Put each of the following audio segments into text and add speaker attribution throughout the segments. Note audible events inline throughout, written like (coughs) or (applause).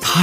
Speaker 1: 他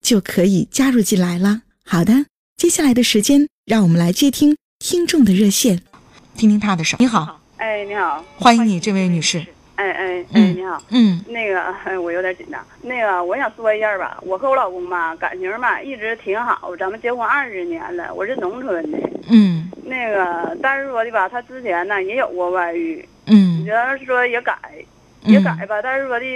Speaker 2: 就可以加入进来了。好的，接下来的时间，让我们来接听听众的热线，听听他的声。你好，
Speaker 3: 哎，你好，
Speaker 2: 欢迎你，这位女士。
Speaker 3: 哎哎哎，
Speaker 2: 嗯
Speaker 3: 你好，
Speaker 2: 嗯
Speaker 3: 那个哎我有点紧张，那个我想说一下吧，我和我老公吧感情吧一直挺好，咱们结婚二十年了，我是农村的，
Speaker 2: 嗯
Speaker 3: 那个但是说的吧，他之前呢也有过外遇，你
Speaker 2: 嗯
Speaker 3: 觉得说也改
Speaker 4: 嗯
Speaker 3: 也改吧，但是说的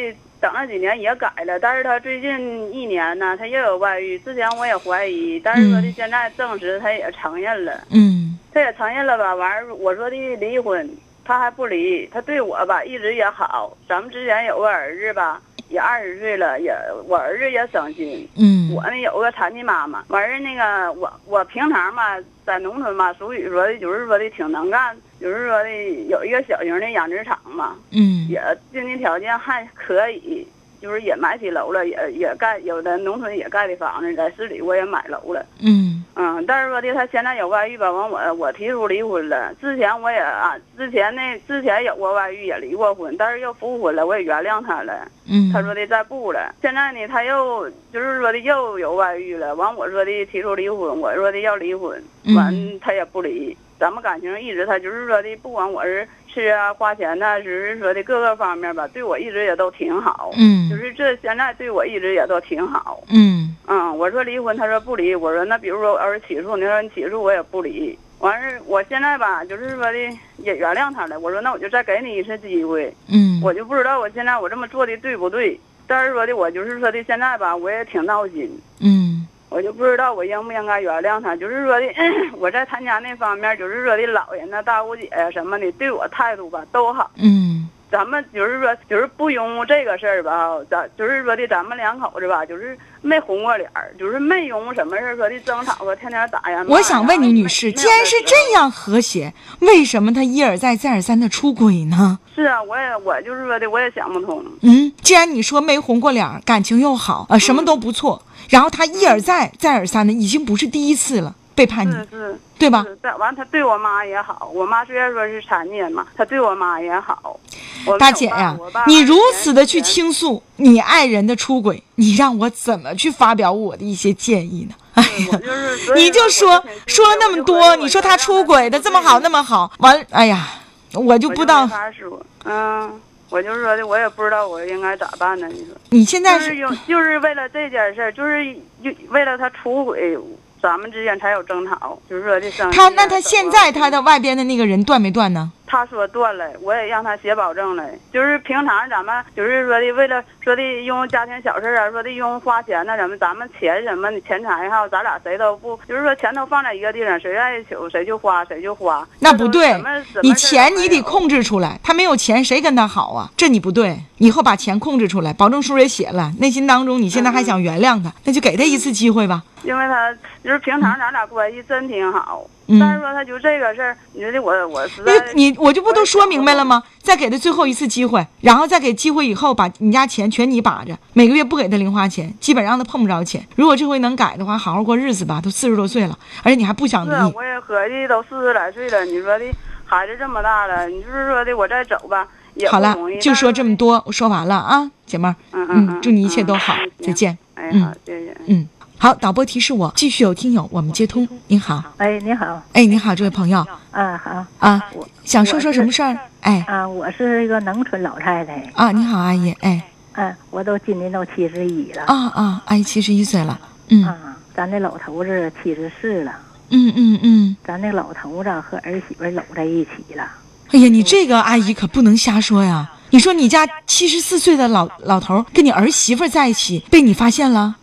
Speaker 3: 等了几年也改了，但是他最近一年呢他又有外遇，之前我也怀疑，但是说的
Speaker 2: 嗯
Speaker 3: 现在证实他也承认了。
Speaker 2: 嗯
Speaker 3: 他也承认了吧？完事儿我说的离婚，他还不离，他对我吧一直也好。咱们之前有个儿子吧，也二十岁了，也我儿子也省心。
Speaker 2: 嗯
Speaker 3: 我呢有个残疾妈妈，完事儿那个我我平常吧在农村吧，属于说的就是说的挺能干，就是说的有一个小型的养殖场嘛，
Speaker 2: 嗯
Speaker 3: 也经济条件还可以，就是也买起楼了，也也盖有的农村也盖的房子，在市里我也买楼了。
Speaker 2: 嗯
Speaker 3: 嗯，但是说的他现在有外遇吧，完我我提出离婚了。之前我也啊，之前那之前有过外遇，也离过婚，但是又复婚了，我也原谅他了。
Speaker 2: 嗯
Speaker 3: 他说的再不了，现在呢他又就是说的又有外遇了。完我说的提出离婚，我说的要离婚，完
Speaker 2: 嗯
Speaker 3: 他也不离。咱们感情一直他就是说的，不管我是吃啊花钱呐、只是说的各个方面吧，对我一直也都挺好。
Speaker 2: 嗯
Speaker 3: 就是这现在对我一直也都挺好。
Speaker 2: 嗯
Speaker 3: 嗯，我说离婚，他说不离。我说那比如说我要是起诉，你说你起诉我也不离。完事儿我现在吧，就是说的也原谅他了。我说那我就再给你一次机会，
Speaker 2: 嗯
Speaker 3: 我就不知道我现在我这么做的对不对。但是说的我就是说的现在吧，我也挺闹心，
Speaker 2: 嗯
Speaker 3: 我就不知道我应不应该原谅他。就是说的 (coughs) 我在他家那方面，就是说的老人呐、大姑姐呀、什么的，对我态度吧都好。
Speaker 2: 嗯
Speaker 3: 咱们就是说，就是不拥护这个事儿吧，咱就是说的，咱们两口子吧，就是没红过脸儿，就是没拥护什么事儿，说的争吵啊，天天打呀。骂
Speaker 4: 我
Speaker 3: 呀
Speaker 4: 想问你，女士，既然是，
Speaker 3: 没没有的时候
Speaker 4: 这样和谐，为什么他一而再、再而三的出轨呢？
Speaker 3: 是啊，我也我就是说的，我也想不通。
Speaker 4: 嗯，既然你说没红过脸儿，感情又好，呃，
Speaker 3: 嗯
Speaker 4: 什么都不错，然后他一而再、再而三的，已经不是第一次了，背叛你
Speaker 3: 是，是，
Speaker 4: 对吧？
Speaker 3: 嗯是。再完，他对我妈也好，我妈虽然说是残疾人嘛，他对我妈也好。我没有
Speaker 4: 大姐
Speaker 3: 爸
Speaker 4: 呀
Speaker 3: 我爸，
Speaker 4: 你
Speaker 3: 以
Speaker 4: 如
Speaker 3: 前
Speaker 4: 此的去
Speaker 3: 以前
Speaker 4: 倾诉你爱人的出轨，你让我怎么去发表我的一些建议呢？哎
Speaker 3: 我
Speaker 4: 呀，
Speaker 3: 就是所以
Speaker 4: 你就
Speaker 3: 我
Speaker 4: 说
Speaker 3: 挺纠结
Speaker 4: 说了那
Speaker 3: 我
Speaker 4: 么
Speaker 3: 就回
Speaker 4: 多，
Speaker 3: 来
Speaker 4: 你
Speaker 3: 我
Speaker 4: 说
Speaker 3: 就
Speaker 4: 他
Speaker 3: 让
Speaker 4: 出轨的这么好，那么好，完了，哎呀，我就
Speaker 3: 我
Speaker 4: 不
Speaker 3: 就
Speaker 4: 知道
Speaker 3: 没法说，嗯，我就是说的，我也不知道我应该咋办呢。你说，
Speaker 4: 你现在
Speaker 3: 就是是有，就是为了这件事儿，就是有为了他出轨，咱们之间才有争吵，就是说这生气啊
Speaker 4: 他那他现在他的外边的那个人断没断呢？
Speaker 3: 他说断了，我也让他写保证了。就是平常咱们就是说的，为了说的因为家庭小事儿啊，说的因为花钱呐、咱们咱们钱什么的钱财哈，咱俩谁都不，就是说钱都放在一个地方，谁愿意取谁就花，谁就花。
Speaker 4: 那
Speaker 3: 这都
Speaker 4: 不对
Speaker 3: 什么什么事儿
Speaker 4: 你
Speaker 3: 都
Speaker 4: 钱
Speaker 3: 没
Speaker 4: 你得
Speaker 3: 有
Speaker 4: 控制出来，他没有钱谁跟他好啊？这你不对，以后把钱控制出来，保证书也写了，内心当中你现在还想原谅他，那就给他一次机会吧。
Speaker 3: 因为他就是平常咱俩关系真挺好，
Speaker 4: 嗯
Speaker 3: 但是说他就这个事儿，你说的我我实在
Speaker 4: 那就你我就不
Speaker 3: 我
Speaker 4: 都
Speaker 3: 也
Speaker 4: 说
Speaker 3: 想
Speaker 4: 明
Speaker 3: 不
Speaker 4: 白了
Speaker 3: 通
Speaker 4: 吗？再给他最后一次机会，然后再给机会以后，把你家钱全你把着，每个月不给他零花钱，基本让他碰不着钱。如果这回能改的话，好好过日子吧，都四十多岁了，而且你还不想
Speaker 3: 是啊
Speaker 4: 离，，
Speaker 3: 我也合计都四十来岁了，你说的孩子这么大了，你就是说的我再走吧，也不
Speaker 4: 好了
Speaker 3: 容易，
Speaker 4: 就说这么，
Speaker 3: 多，
Speaker 4: 多，我说完了啊，姐们儿，
Speaker 3: 嗯
Speaker 4: 嗯，祝你一切都
Speaker 3: 嗯
Speaker 4: 好
Speaker 3: 嗯，
Speaker 4: 再
Speaker 3: 行
Speaker 4: 见。
Speaker 3: 哎
Speaker 4: 嗯
Speaker 3: 好，谢谢。
Speaker 4: 嗯，好，导播提示我，继续有听友我们接通。您好，
Speaker 5: 哎，你好，
Speaker 4: 哎，你好，这位朋友
Speaker 5: 啊好
Speaker 4: 啊，
Speaker 5: 我
Speaker 4: 想说说什么事儿？哎，
Speaker 5: 啊，我是一个农村老太太，啊
Speaker 4: 啊，你好，阿姨，哎，
Speaker 5: 嗯、我都今年都七十一了，
Speaker 4: 哦啊啊，阿姨七十一岁了，嗯
Speaker 5: 啊，咱那老头子七十四了，
Speaker 4: 嗯嗯嗯，
Speaker 5: 咱那老头子和儿媳妇搂在一起了。
Speaker 4: 哎呀，你这个阿姨可不能瞎说呀！你说你家七十四岁的老老头儿跟你儿媳妇儿在一起，被你发现了，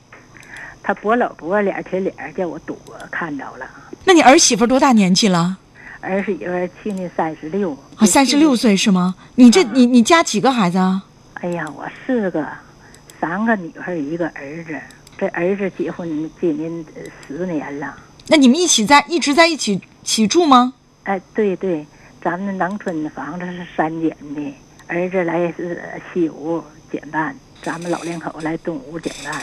Speaker 5: 他脖搂脖脸贴脸儿，叫我躲看着了。
Speaker 4: 那你儿媳妇儿多大年纪了？
Speaker 5: 儿媳妇去年三十六
Speaker 4: 啊，三十六。岁是吗？你这你你家几个孩子啊？
Speaker 5: 哎呀，我四个，三个女儿，一个儿子。这儿子结婚今年呃十年了。
Speaker 4: 那你们一起在一直在一起起住吗？
Speaker 5: 哎，对对，咱们农村的房子是三间的，儿子来是西屋减半，咱们老两口来东屋减半。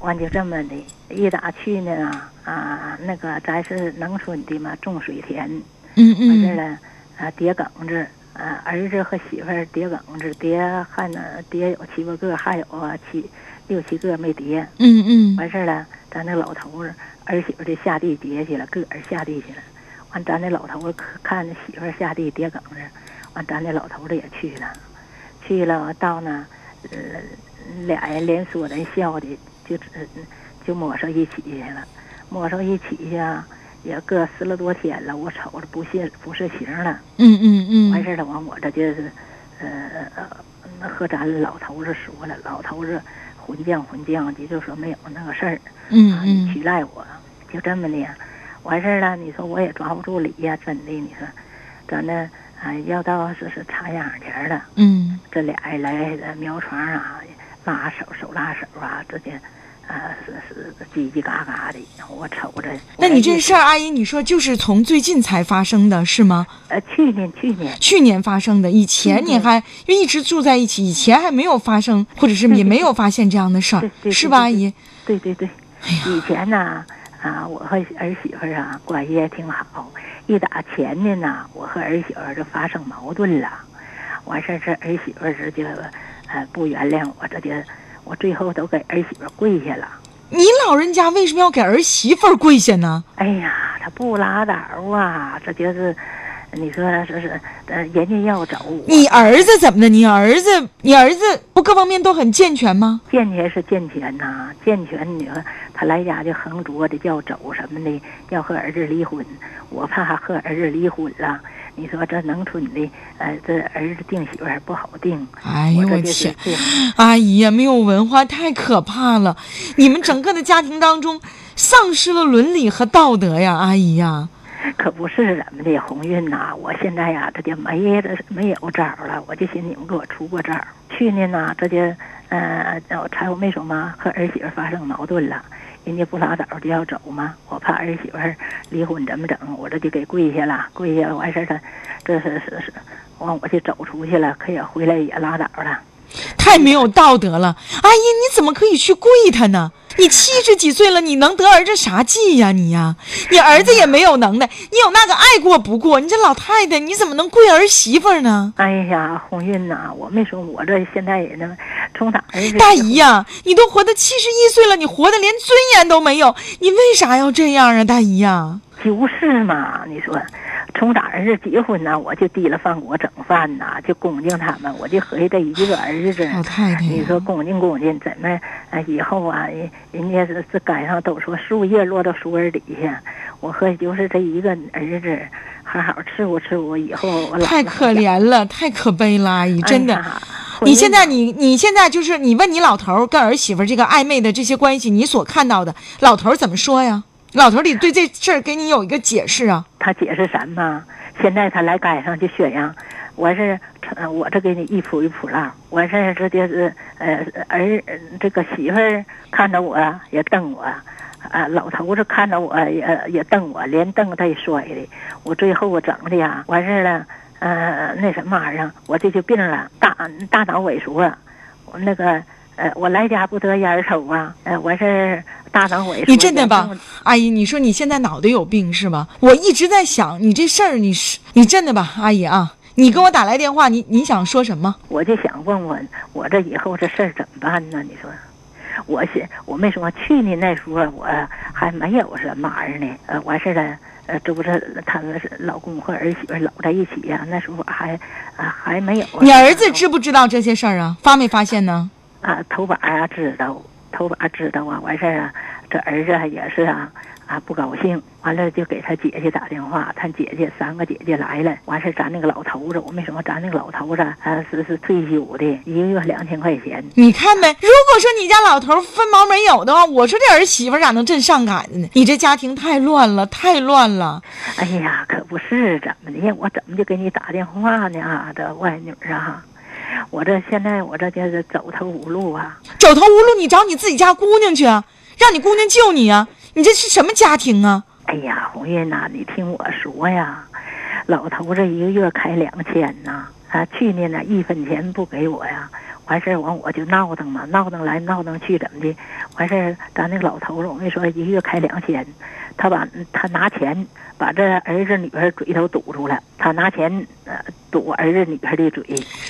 Speaker 5: 完就这么的，一打去呢啊，那个咱是农村的嘛，种水田，
Speaker 4: 嗯
Speaker 5: 完事儿
Speaker 4: 嗯
Speaker 5: 了啊，叠梗子。啊，儿子和媳妇儿叠梗子，叠还能叠有七八个，还有啊七六七个没叠。
Speaker 4: 嗯嗯，
Speaker 5: 完事儿了，咱那老头儿儿媳妇儿就下地叠去了，个儿下地去了。完，咱那老头儿可看着媳妇儿下地叠梗子，完，咱那老头子也去了，去了到那，呃，俩人连说带笑的，就只就抹上一起去了，抹上一起去啊，也个十来多天了，我瞅着不信不是形了。
Speaker 4: 嗯嗯
Speaker 5: 完
Speaker 4: 嗯，
Speaker 5: 事儿了，完我这就是，呃，呃和咱老头子说了，老头子混犟混犟的，就说没有那个事儿，
Speaker 4: 嗯
Speaker 5: 啊你
Speaker 4: 嗯
Speaker 5: 取赖我，就这么的。完事儿了，你说我也抓不住理呀，真的，你说，咱那啊、要到是是插秧前儿了，
Speaker 4: 嗯
Speaker 5: 这俩人来呃瞄床啊，拉手手拉手啊，这就，啊是是叽叽嘎嘎的，我瞅着。
Speaker 4: 那你这
Speaker 5: 是
Speaker 4: 事儿，阿姨，你说就是从最近才发生的是吗？
Speaker 5: 呃去年去年
Speaker 4: 去年发生的，以前你还因为一直住在一起，以前还没有发生，或者是也没有发现这样的事
Speaker 5: 对
Speaker 4: 儿
Speaker 5: 对，对
Speaker 4: 嗯是吧，阿
Speaker 5: 对对
Speaker 4: 姨？
Speaker 5: 对对对，以前呢，啊，我和儿媳妇儿啊关系还挺好。一打前年呢，我和儿媳妇儿就发生矛盾了，完事儿这儿媳妇儿这就，呃，不原谅我，这就我最后都给儿媳妇儿跪下了。
Speaker 4: 你老人家为什么要给儿媳妇儿跪下呢？
Speaker 5: 哎呀，他不拉倒啊，这就是，你说这是，呃，人家要走，
Speaker 4: 你儿子怎么的？你儿子，你儿子不各方面都很健全吗？
Speaker 5: 健全是健全呐、健全你说他来家就横着的要走什么的，要和儿子离婚，我怕和儿子离婚了。你说这农村的，呃，这儿子定媳妇儿不好定。
Speaker 4: 哎呦
Speaker 5: 我这
Speaker 4: 我
Speaker 5: 就是
Speaker 4: 天，阿姨呀，没有文化太可怕了！你们整个的家庭当中丧失了伦理和道德呀，阿姨呀。
Speaker 5: 这可不是咱们的鸿运呐、我现在呀、这就没这没有招儿了，我就寻思你们给我出过招儿。去年呐、这就，呃，我柴火妹说嘛，和儿媳妇儿发生矛盾了，人家不拉倒就要走嘛，我怕儿媳妇儿离婚怎么整，我这就给跪下了，跪下了完事儿，他这是是是，完我就走出去了，可也回来也拉倒了。
Speaker 4: 太没有道德了！阿姨，你怎么可以去跪他呢？你七十几岁了，你能得儿子啥计呀、你呀、你儿子也没有能耐，你有那个爱过不过？你这老太太，你怎么能跪儿媳妇儿呢？
Speaker 5: 哎呀，鸿运呐、我没说我这现在也能从哪儿
Speaker 4: 大姨呀、你都活到七十一岁了，你活得连尊严都没有，你为啥要这样啊，大姨呀、
Speaker 5: 就是嘛，你说，从咱儿子结婚呐、我就提了饭锅整饭呐、就恭敬他们，我就合计这一个儿子，
Speaker 4: 老太太呀
Speaker 5: 你说恭敬恭敬，怎么啊？以后啊，人人家是这赶上都说树叶落到树根底下，我合计就是这一个儿子，好好伺候伺候，以后我老
Speaker 4: 太
Speaker 5: 了
Speaker 4: 可怜了，太可悲了，阿姨，真的。
Speaker 5: 哎呀
Speaker 4: 你现在你你现在就是你问你老头儿跟儿媳妇儿这个暧昧的这些关系，你所看到的，老头儿怎么说呀？老头儿得对这事儿给你有一个解释啊。
Speaker 5: 他解释什么？现在他来赶上去宣扬，完事儿，我这给你一铺一铺浪，完事儿这就是呃儿这个媳妇儿看着我也瞪我，啊老头子看着我也也瞪我，连瞪带摔的，我最后我整的呀，完事儿了，呃那什么玩意儿，我这就病了，大大脑萎缩，我那个呃我来家不得烟儿抽啊，呃完事儿大脑萎缩，
Speaker 4: 你真的吧
Speaker 5: 严重，
Speaker 4: 阿姨？你说你现在脑袋有病是吧？我一直在想你这事儿，你是你真的吧，阿姨啊？你给我打来电话，你你想说什么？
Speaker 5: 我就想问问，我这以后这事儿怎么办呢？你说，我是我没说去年那时候我还没有什么玩意儿呢，呃，完事儿了，呃，这不是他们是老公和儿媳妇搂在一起呀、那时候还啊还没有啊、
Speaker 4: 你儿子知不知道这些事儿啊？发没发现呢？
Speaker 5: 啊头把啊知道，头把知道啊，完事儿啊，
Speaker 6: 这儿子也是啊啊不高兴，完了就给他姐姐打电话，他姐姐三个姐姐来了，完事儿咱那个老头子，我没说咱那个老头子啊是是退休的，一个月两千块钱，
Speaker 4: 你看呗，如果说你家老头分毛没有的话，我说这儿媳妇咋能真上赶着呢？你这家庭太乱了，太乱了。
Speaker 6: 哎呀，可不是怎么的，我怎么就给你打电话呢啊？这外女儿啊，我这现在我这就是走投无路啊。
Speaker 4: 走投无路，你找你自己家姑娘去啊，让你姑娘救你啊！你这是什么家庭啊？
Speaker 6: 哎呀，红月呐、你听我说呀，老头子一个月开两千呐，啊，去年呢一分钱不给我呀，完事儿完我就闹腾嘛，闹腾来闹腾去怎么的，完事儿咱那个老头子我跟你说，一个月开两千，他把他拿钱把这儿子女儿嘴都堵住了，他拿钱呃堵儿子女儿的嘴，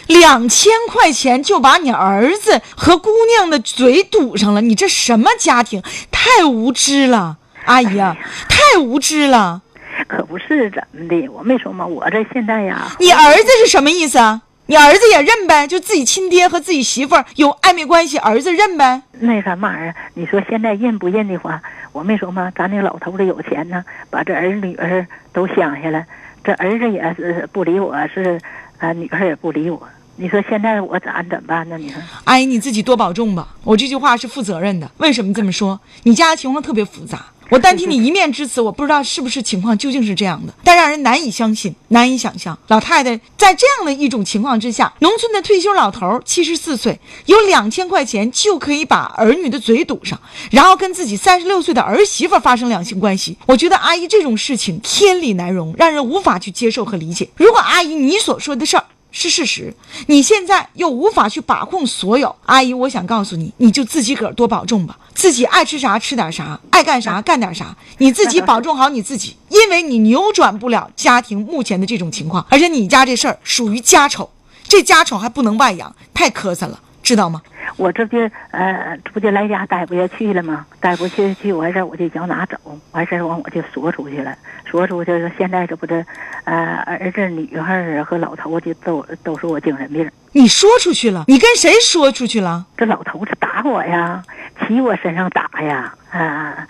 Speaker 4: 两千块钱就把你儿子和姑娘的嘴堵上了，你这什么家庭？太无知了！哎呀，太无知了！
Speaker 6: 可不是怎么的，我没说嘛，我这现在呀，
Speaker 4: 你儿子是什么意思啊？你儿子也认呗，就自己亲爹和自己媳妇儿有暧昧关系，儿子认呗。
Speaker 6: 那什么玩意儿？你说现在认不认的话，我没说吗？咱那老头子有钱呢，把这儿女儿都想下来，这儿子也是不理我，是啊、女儿也不理我。你说现在我咋怎么办呢？你说，
Speaker 4: 阿哎姨，你自己多保重吧。我这句话是负责任的。为什么这么说？你家情况特别复杂，我单听你一面之词，我不知道是不是情况究竟是这样的，但让人难以相信，难以想象。老太太在这样的一种情况之下，农村的退休老头七十四岁，有两千块钱就可以把儿女的嘴堵上，然后跟自己三十六岁的儿媳妇发生两性关系。我觉得阿姨这种事情天理难容，让人无法去接受和理解。如果阿姨你所说的事儿。是事实，你现在又无法去把控所有。阿姨，我想告诉你，你就自己个儿多保重吧，自己爱吃啥吃点啥，爱干啥干点啥，你自己保重好你自己，因为你扭转不了家庭目前的这种情况，而且你家这事儿属于家丑，这家丑还不能外扬，太磕碜了，知道吗？
Speaker 6: 我这不就呃，这不就来家待不下去了吗？待不下去，完事儿我就咬哪走，完事儿完我就缩出去了，缩出去了。现在这不这，呃，儿子、女儿和老头就都都说我精神病。
Speaker 4: 你说出去了，你跟谁说出去了？
Speaker 6: 这老头子打我呀，骑我身上打呀，啊，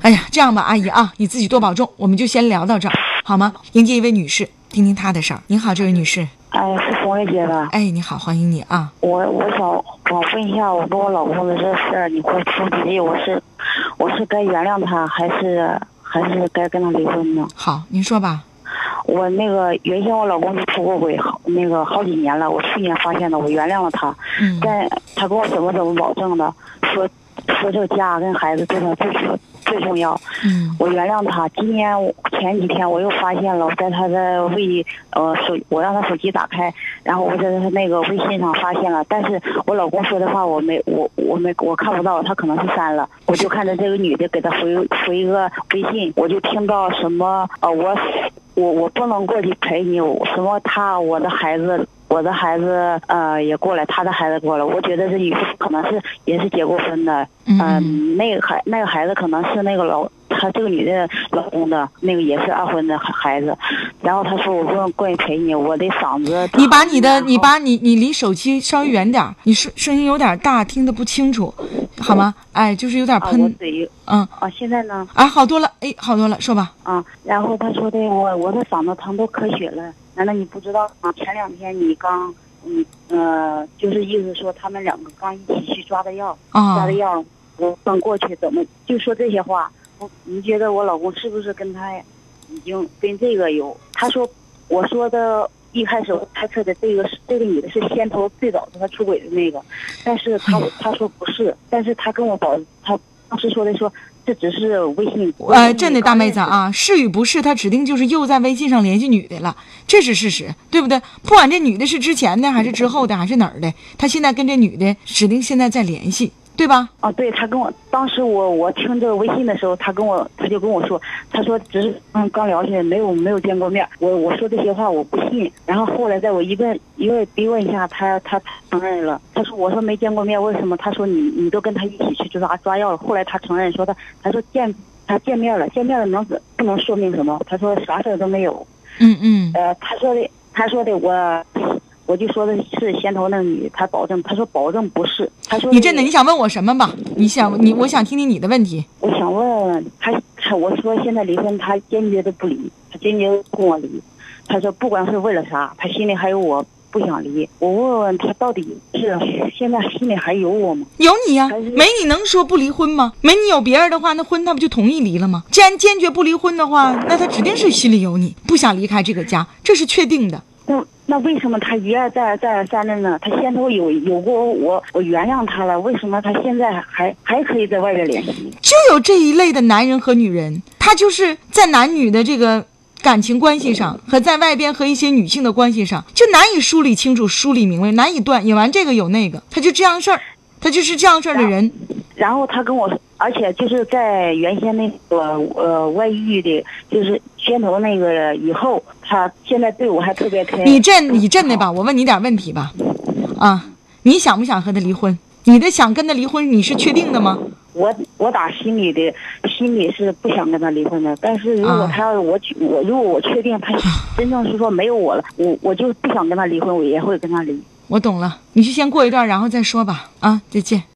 Speaker 4: 哎呀，这样吧，阿姨啊，你自己多保重，我们就先聊到这儿，好吗？迎接一位女士，听听她的事儿。您好，这位女士，
Speaker 5: 哎，是红瑞姐吧？
Speaker 4: 哎，你好，欢迎你啊。
Speaker 5: 我我想我问一下，我跟我老公的这事儿，你给我出主意，我是我是该原谅他，还是还是该跟他离婚呢？
Speaker 4: 好，您说吧。
Speaker 5: 我那个原先我老公就出过轨，好那个好几年了，我去年发现的，我原谅了他，
Speaker 4: 嗯，
Speaker 5: 但他跟我怎么怎么保证的，说说这个家跟孩子对他最最重要，
Speaker 4: 嗯
Speaker 5: 我原谅他。今年我前几天我又发现了，我在他的微呃手，我让他手机打开，然后我在他那个微信上发现了。但是我老公说的话我没我我没我看不到，他可能是删了。我就看着这个女的给他回回一个微信，我就听到什么呃我我我不能过去陪你，我什么他我的孩子。我的孩子，呃，也过来，他的孩子过来。我觉得这女的可能是也是结过婚的，
Speaker 4: 嗯
Speaker 5: 嗯，那个孩那个孩子可能是那个老他这个女的老公的那个也是二婚的孩子，然后他说我不能过去陪你，我的嗓子。
Speaker 4: 你把你的，你把你，你离手机稍微远点儿，你声声音有点大，听得不清楚，好吗？哎，就是有点
Speaker 5: 啊，我
Speaker 4: 喷，
Speaker 5: 嘴
Speaker 4: 嗯，
Speaker 5: 啊，现在呢
Speaker 4: 哎，好多了，哎，好多了，说吧。
Speaker 5: 啊，然后他说的我我的嗓子疼都咳血了，难道你不知道吗？前两天你刚你呃，就是意思说他们两个刚一起去抓的药，抓
Speaker 4: 啊
Speaker 5: 的，药，我刚过去怎么就说这些话？我你觉得我老公是不是跟他已经跟这个有？他说我说的。一开始我猜测的这个是这个女的是先头最早跟他出轨的那个，但是他他说不是，但是他跟我保他当时说的说这只是微信。
Speaker 4: 呃，真的，大妹子，啊，是与不是，他指定就是又在微信上联系女的了，这是事实，对不对？不管这女的是之前的还是之后的还是哪儿的，他现在跟这女的指定现在在联系，对吧？
Speaker 5: 啊，对他跟我当时我我听这个微信的时候，他跟我他就跟我说，他说只是嗯刚聊起来，没有没有见过面。我我说这些话我不信，然后后来在我一问一问逼问一下，他他承认了。他说我说没见过面，为什么？他说你你都跟他一起去抓抓药了。后来他承认说他他说见他见面了，见面了能怎不能说明什么？他说啥事儿都没有。
Speaker 4: 嗯嗯
Speaker 5: 呃，他说的，他说的我，我就说的是先头那个女，她保证，她说保证不是，她说
Speaker 4: 你真的你想问我什么吧？你想你我想听听你的问题。
Speaker 5: 我想问她，她我说现在离婚，她坚决的不离，她坚决地不跟我离，她说不管是为了啥，她心里还有我不想离。我问问她到底是现在心里还有我吗？
Speaker 4: 有你呀、
Speaker 5: 还是
Speaker 4: 没你能说不离婚吗？没你有别人的话，那婚他不就同意离了吗？既然坚决不离婚的话，那他指定是心里有你，不想离开这个家，这是确定的。
Speaker 5: 那那为什么他一而再再而三的呢？他先头有有过我，我原谅他了，为什么他现在还还可以在外边联系？
Speaker 4: 就有这一类的男人和女人，他就是在男女的这个感情关系上，和在外边和一些女性的关系上，就难以梳理清楚、梳理明白，难以断，有完这个有那个，他就这样事儿，他就是这样事儿的人。
Speaker 5: 然后他跟我，而且就是在原先那个呃外遇的，就是先头那个以后，他现在对我还特别开。
Speaker 4: 你这你这的吧，我问你点问题吧，啊，你想不想和他离婚？你的想跟他离婚，你是确定的吗？
Speaker 5: 我我打心里的心里是不想跟他离婚的，但是如果
Speaker 4: 啊
Speaker 5: 他要是我我如果我确定他真正是说没有我了，我我就不想跟他离婚，我也会跟他离。
Speaker 4: 我懂了，你去先过一段，然后再说吧。啊，再见。